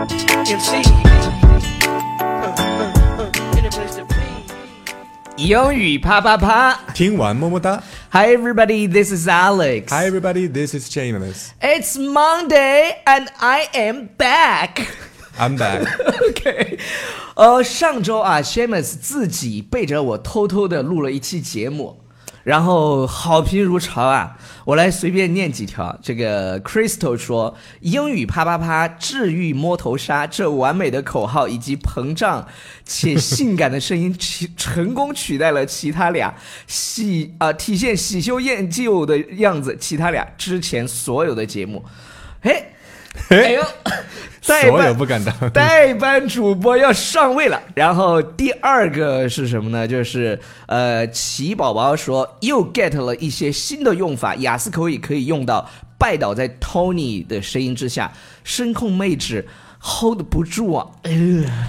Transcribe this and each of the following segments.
MC. In a uh, place to be. 英语啪啪啪听完么么哒。 ！Hi everybody, this is Alex. Hi everybody, this is James. It's Monday and I am back. I'm back. OK，呃，上周啊，Shamus 自己背着我偷偷的录了一期节目，然后好评如潮啊。我来随便念几条。这个 Crystal 说：“英语啪啪啪，治愈摸头杀，这完美的口号以及膨胀且性感的声音，其成功取代了其他俩喜啊、体现喜新厌旧的样子，其他俩之前所有的节目。” 哎，哎呦，再所有办不敢当。 代班主播要上位了。然后第二个是什么呢？就是呃，奇宝宝说又 get 了一些新的用法，雅思口语可以用到拜倒在 Tony 的声音之下，声控妹纸 hold 不住啊。 哎呀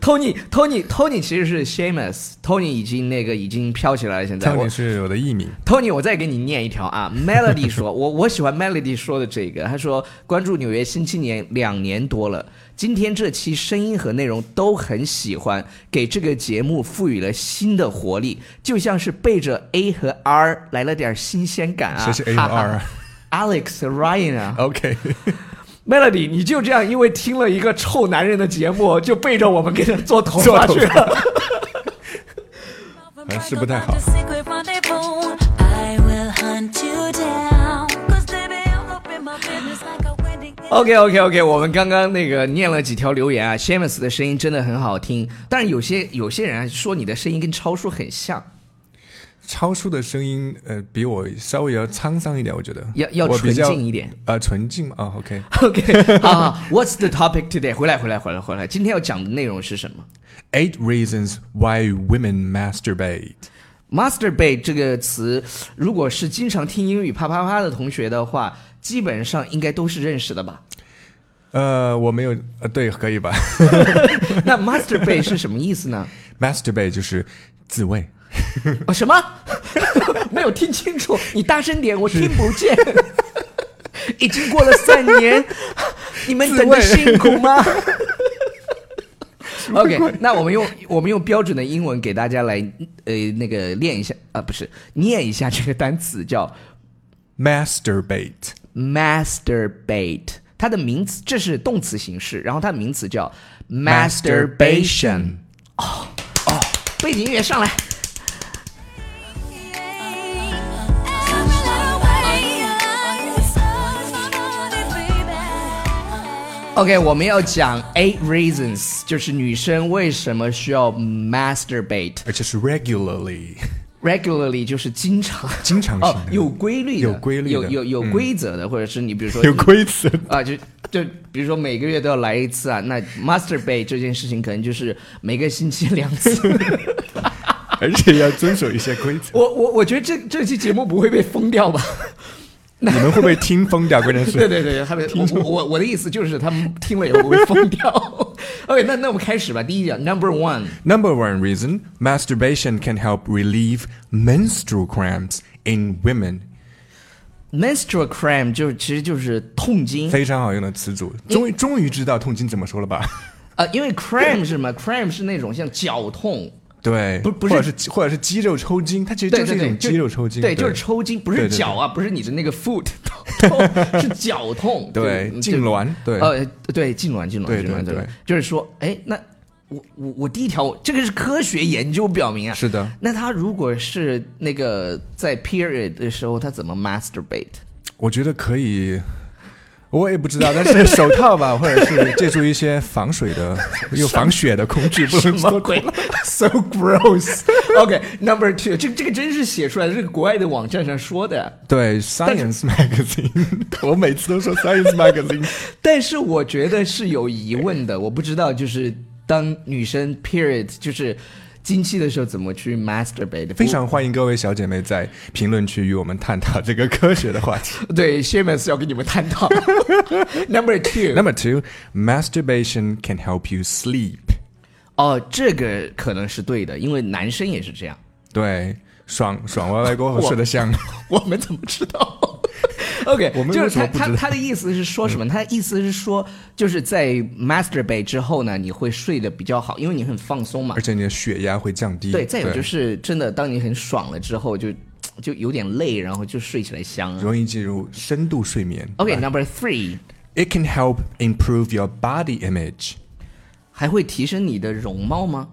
Tony Tony Tony 其实是 Shamus，Tony 已经那个已经飘起来了，现在我 Tony 是我的艺名。 Tony，我再给你念一条啊。Melody 说，我我喜欢 Melody 说的这个，他说关注纽约新青年两年多了，今天这期声音和内容都很喜欢，给这个节目赋予了新的活力，就像是背着 A 和 R 来了点新鲜感啊。谁是 A 和 R 哈啊哈 Alex Ryan 啊 OK， ，Melody，你就这样因为听了一个臭男人的节目，就背着我们给他做头发去做头了。还是不太好。 I will hunt you down. 'Cause baby, I'll open my business like a wedding. OK OK OK，我们刚刚那个念了几条留言啊，Shamus 的声音真的很好听，但是有些有些人啊说你的声音跟超叔很像， 超叔的声音，呃，比我稍微要沧桑一点，我觉得要要我比纯较净一点。呃，纯净嘛啊，OK。 OK，好好好，What's the topic today？回来回来回来回来，今天要讲的内容是什么 Eight reasons why women masturbate。 ？Masturbate 这个词，如果是经常听英语啪啪啪的同学的话，基本上应该都是认识的吧？呃，我没有，呃，对，可以吧 那 masturbate 是什么意思呢？ ？masturbate 就是自慰，啊，什么？ 没有听清楚，你大声点，我听不见。 已经过了三年，你们等的辛苦吗？OK，那我们用我们用标准的英文给大家来呃那个练一下啊、不是念一下这个单词叫 masturbate。 masturbate，它的名词这是动词形式，然后它的名词叫 masturbation。背哦景音乐上来。OK，我们要讲 eight reasons，就是女生为什么需要 masturbate 而且是 regularly， regularly，就是经常、经常性的哦，有规律的、有规律的嗯有有有规则的，或者是你比如说有规则。啊，就就比如说每个月都要来一次啊，那 masturbate 这件事情可能就是每个星期两 次。 而且要遵守一些规则。我我我觉得这这期节目不会被封掉 吧？你们会不会听疯掉？关键对是对对，他们我我我我的意思就是他们听了以后会疯掉。OK，那那我们开始吧。第一讲 number one。 number one reason masturbation can help relieve menstrual cramps in women， menstrual cramp 就是其实就是痛经，非常好用的词组。嗯终于终于知道痛经怎么说 了吧？呃，因为 cramp 是什么？cramp 是那种像绞痛，对，不不是或者是或者是肌肉抽筋，它其实对就是对一对，种就肌肉抽筋。对，就是。抽筋，不是对对对绞啊，不是你的那个 foot 痛，是绞痛，对就痉挛就对呃，对，痉挛，痉挛，痉对对挛，痉挛对，就是说，哎，那我我我第一条，这个是科学研究表明啊，是的，那他如果是那个在 period 的时候，他怎么 masturbate？我觉得可以。我也不知道，但是手套吧，或者是借助一些防水的、有防血的工具，不能什么说鬼 ？So gross. OK，number、two，这个这个真是写出来的，这个国外的网站上说的。对 Science Magazine，我每次都说 Science Magazine，但是我觉得是有疑问的，我不知道就是当女生 period 就是经期的时候怎么去 masturbate。非常欢迎各位小姐妹在评论区与我们探讨这个科学的话 题。对 Shamus 要跟你们探 讨。number two， Number two, masturbation can help you sleep。哦，这个可能是对的，因为男生也是这 样。对，爽爽歪歪过后我睡得香。 我们怎么知道 OK，我们就为是什他么他不知道嗯他的意思是说什么？他的意思是说，就是在 masturbate 之后呢，你会睡得比较好，因为你很放松嘛而。且你的血压会降低。对，再有就是真的，当你很爽了之后，就就有点累，然后就睡起来香啊。容易进入深度睡眠。 OK，number、three， It can help improve your body image，还会提升你的容貌吗？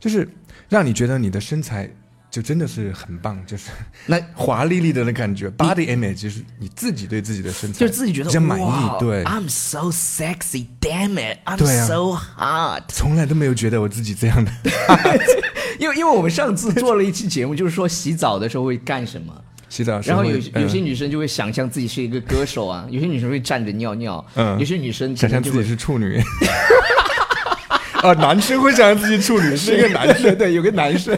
就是让你觉得你的身材就真的是很棒，就是那华丽丽的那感觉。Body image 就是你自己对自己的身材，就是自己觉得比较满意哇，啊对， ，I'm so sexy，damn it，I'm 对啊 so hot。从来都没有觉得我自己这样的。因为因为我们上次做了一期节目，就是说洗澡的时候会干什 么。洗澡的时然候后会，有有嗯些女生就会想象自己是一个歌手啊， 有些女生会站着尿尿，嗯有些女生可想能象就自会己是处女。 啊，男生会想象自己处女，是一个男生，对，有个男生。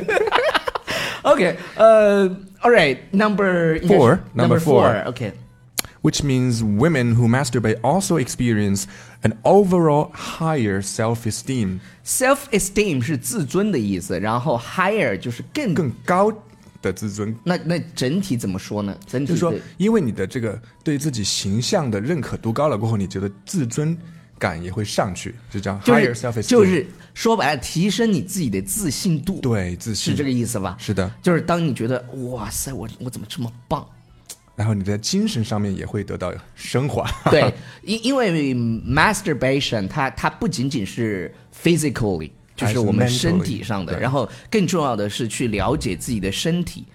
OK，呃，All right number Four， number number four four OK， Which means women who masturbate also experience an overall higher self-esteem， self esteem 是自尊的意思，然后 higher 就是更更高的自尊。那那整体怎么说呢？整体就是说的，因为你的这个对自己形象的认可度高了过后，你觉得自尊感也会上去，就这样。就 higher 是 self-esteem，就是说白了，提升你自己的自信度，，对自信是这个意思吧？是的，就是当你觉得哇塞，我我怎么这么棒？然后你在精神上面也会得到升华。 对，因因为 masturbation 它它不仅仅是 physically，就还是是我们身体 mentally，上的，对然后更重要的是去了解自己的身体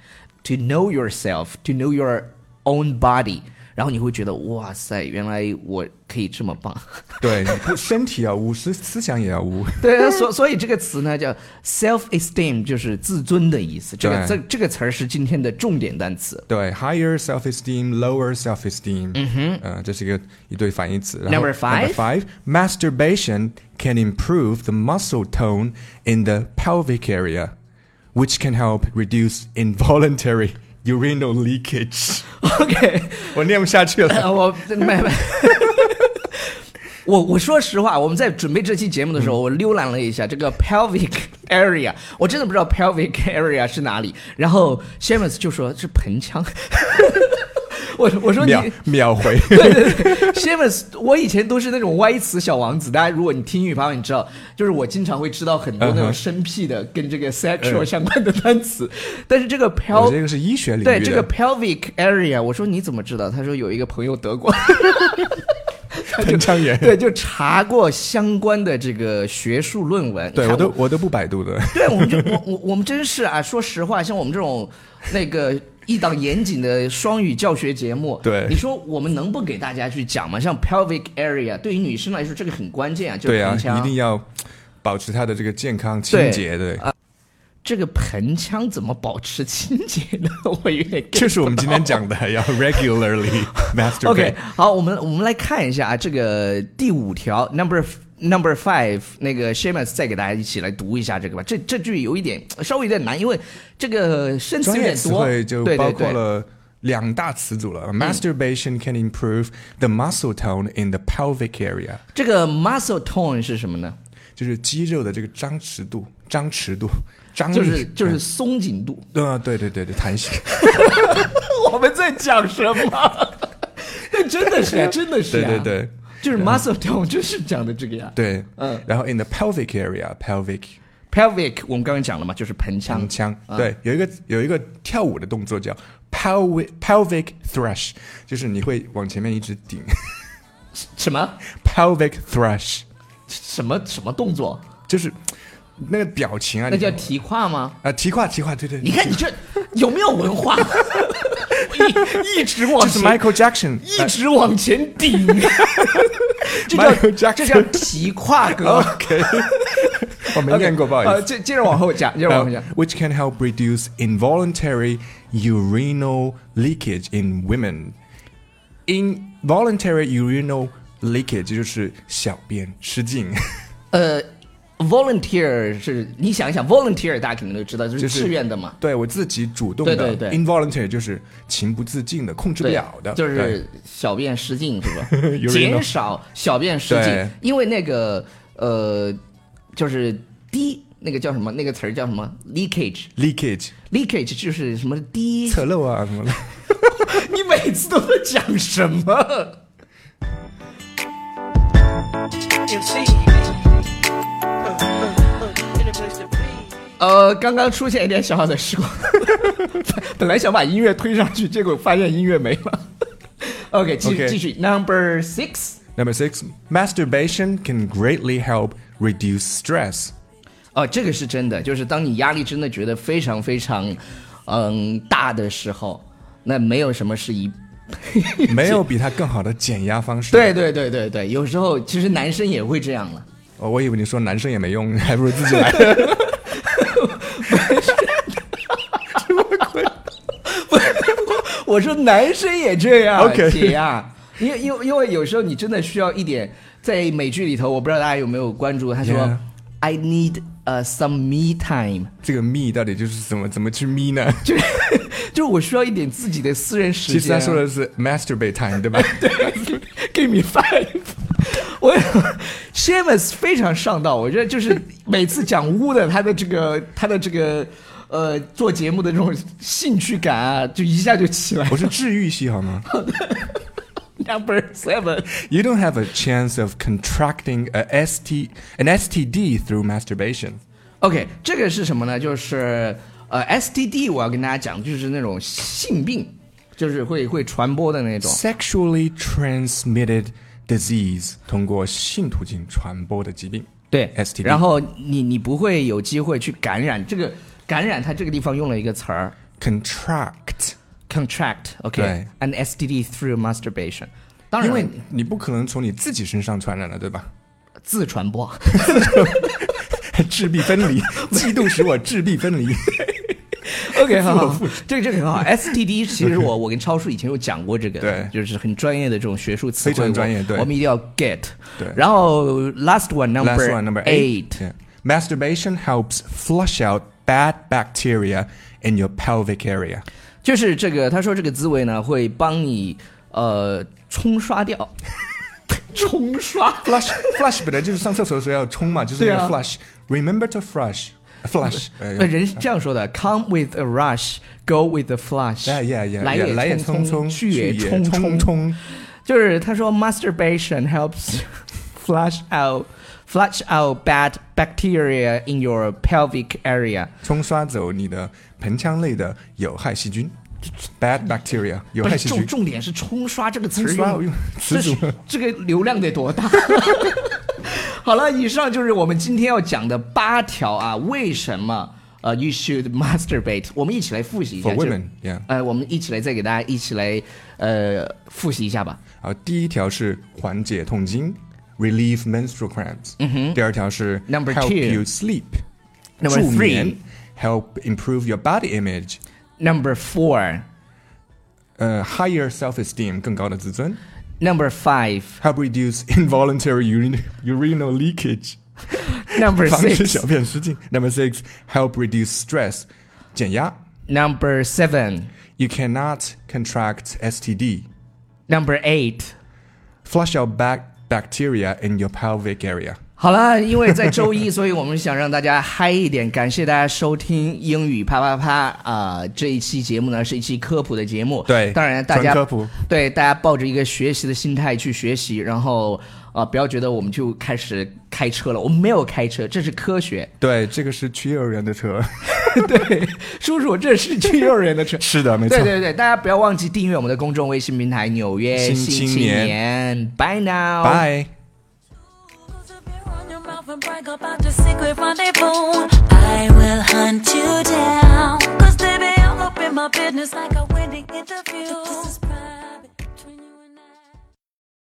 ，to know yourself，to know your own body，然后你会觉得哇塞，原来我可以这么棒。 对，你不身体要污，思思想也要污。对，所所以这个词呢叫 self esteem，就是自尊的意思。这个这对这个词儿是今天的重点单 词。 对，higher self esteem, lower self esteem，嗯哼，呃，这是一个一对反义词。然后 Number five five, masturbation can improve the muscle tone in the pelvic area, which can help reduce involuntary urinal leakage。 OK，我念不下去了。 呃，我没没。我我说实话，我们在准备这期节目的时候，我浏览了一下这个 pelvic area，我真的不知道 pelvic area 是哪里。然后 Shamus 就说是盆腔， 我我说你秒秒回，对对对 Shamus，我以前都是那种歪词小王子。大家如果你听语法，你知道，就是我经常会知道很多那嗯种哼生僻的跟这个 sexual 嗯相关的单词，但是这个我这 pel 个是医学领域的。对这个 pelvic area，我说你怎么知道？他说有一个朋友得过，盆腔 炎，对，就查过相关的这个学术论文。对你看我都我都不百度的。对，我们就我我我们真是啊，说实话，像我们这种那个 一档严谨的双语教学节目，对你说我们能不给大家去讲吗？像 pelvic area 对于女生来说，这个很关键啊，就是对啊，盆腔，一定要保持它的这个健康对清洁。对，这个盆腔怎么保持清洁呢？ 我有点 get 就是我们今天讲的要 regularly masturbate。 OK，好，我们我们来看一下啊，这个第五条 number number five 那个 Shamus 再给大家一起来读一下这个吧。这这句有一点稍微有点难，因为这个生词专有业点词多汇，就哦对嗯包对括对。了两大词组了。Masturbation can improve the muscle tone in the pelvic area，这个 muscle tone 是什么呢？就是肌肉的这个张弛度、张弛度、张力就是就是嗯松紧 度。啊，对对对对，弹性。我们在讲什 么？那真的是，啊真的是、对对，对就是 muscle tone 就是讲的这个呀。对，嗯然后 in the pelvic area，pelvic ，pelvic 我们刚刚讲了嘛，就是盆腔胸。腔，啊对，有一个有一个跳舞的动作叫 pelvic pelvic thrush，就是你会往前面一直顶 什么 pelvic thrush，什么什么动作？就是那个表情啊，那你叫懂吗提胯吗？啊提胯提胯，对对，你看你这有没有文 化？一一直往就是前， Michael Jackson，一直往前 顶，这 Michael 叫 Jackson 这叫提胯 哥。哎 OK，我没念过，不好呃意思。嗯 Uh, 接接着往后讲，接着往后讲。 Which can help reduce involuntary urinal leakage in women. Involuntary urinal leakage 就是小便失禁， 呃，volunteer 是你想一想，volunteer 大家肯定都知道，就就是是志愿的嘛。对我自己主动的。对对对 Involuntary 就是情不自禁的，控制不对了的。就对是小便失禁是吧？ 有人减能少小便失禁对，因为那个呃，就是滴那个叫什么那个词儿叫什么 leakage，leakage leakage 就是什么滴侧漏啊什么的。你每次都在讲什么？ MC. Uh, uh, uh, any place to be. 呃，刚刚出现一点小小的事 故，本来想把音乐推上去，结果发现音乐没了。OK，继 OK 继续，Number Six， Number six, masturbation can greatly help reduce stress. 哦，这个是真的，就是当你压力真的觉得非常非常，嗯，大的时候，那没有什么是一， 没有比它更好的减压方式。对对对对对，有时候其实男生也会这样了。哦，我以为你说男生也没用， 还不如自己来。 什么鬼？ 我说男生也这样 OK 姐呀，因为因为因为有时候你真的需要一点，在美剧里头，我不知道大家有没有关注，他说 Yeah I need uh some me time， 这个密到底就是怎么怎么去密呢？就是就是我需要一点自己的私人时其实间啊、他说的是 masturbate time，对吧？ Give me five，我 Shamus 非常上道，我觉得就是每次讲污的，他的这个他的这个呃做节目的这种兴趣感啊，就一下就起来了我。是治愈系好吗 Number seven， ？You don't have a chance of contracting a ST an STD through masturbation. OK，这个是什么呢？就是呃 STD，我要跟大家讲，就是那种性病，就是会会传播的那种。 Sexually transmitted disease 通过性途径传播的疾病。对 STD 然后你你不会有机会去感染这个感染，它这个地方用了一个词儿 contract，对 contract，OK，an、STD through masturbation。当然，因为你不可能从你自己身上传染了，对吧？ 自传播。质壁分 离，嫉妒使我质壁分离。 OK，好 好，这个这个很好。STD 其实我我跟超叔以前有讲过这个，对就是很专业的这种学术词汇，非常专业我对我们一定要 get。对然后 last one number Last one, number eight eight. Yeah. Masturbation helps flush out bad bacteria in your pelvic area. 就是这个，他说这个滋味呢会帮你呃冲刷 掉，冲刷 Flush flush 本来就是上厕所的时候要冲嘛，就是对那啊个 flush。Remember to flush flush 哎呦。那呃人是这样说的：Come with a rush, go with a flush。呀哎呀呀！来来也匆匆匆，去也冲冲。冲。就是他说，masturbation helps flush out flush out bad bacteria in your pelvic area。冲刷走你的盆腔内的有害细菌，bad bacteria 有不害是细重菌。重点是冲刷这个词冲刷用用词这是组这个流量得多大？ 好了，以上就是我们今天要讲的八条啊，为什么呃、y o u should masturbate？我们一起来复习一下。 For 就 women, yeah. 呃，我们一起来再给大家一起来呃复习一下吧。啊，第一条是缓解痛经，relieve menstrual cramps。嗯哼。第二条是 Number help two you sleep， Number 助眠 three ，help improve your body image， Number four, 呃，higher self esteem 更高的自尊 number five, ，help reduce involuntary urin- urinal leakage number 防止 six, 小便失禁。Number six help reduce stress 减压。 number seven, You cannot contract STD. number eight. Flush out bad bacteria in your pelvic area. 好了，因为在周一， 所以我们想让大家嗨一点。感谢大家收听英语啪啪啪啊、这一期节目呢是一期科普的节目。对当然大家纯科普对大家抱着一个学习的心态去学习，然后啊、不要觉得我们就开始开车了，我们没有开车，这是科学。对，这个是去幼儿园的车。 对，叔叔，这是去幼儿园的车。是 的，没错。对对对，大家不要忘记订阅我们的公众微信平台《纽约新新青青年年》。Bye now。 Bye. Close a beer on your mouth and brag about your secret rendezvous. I will hunt you down. Cause baby, I'll open my business like a winning interview. This is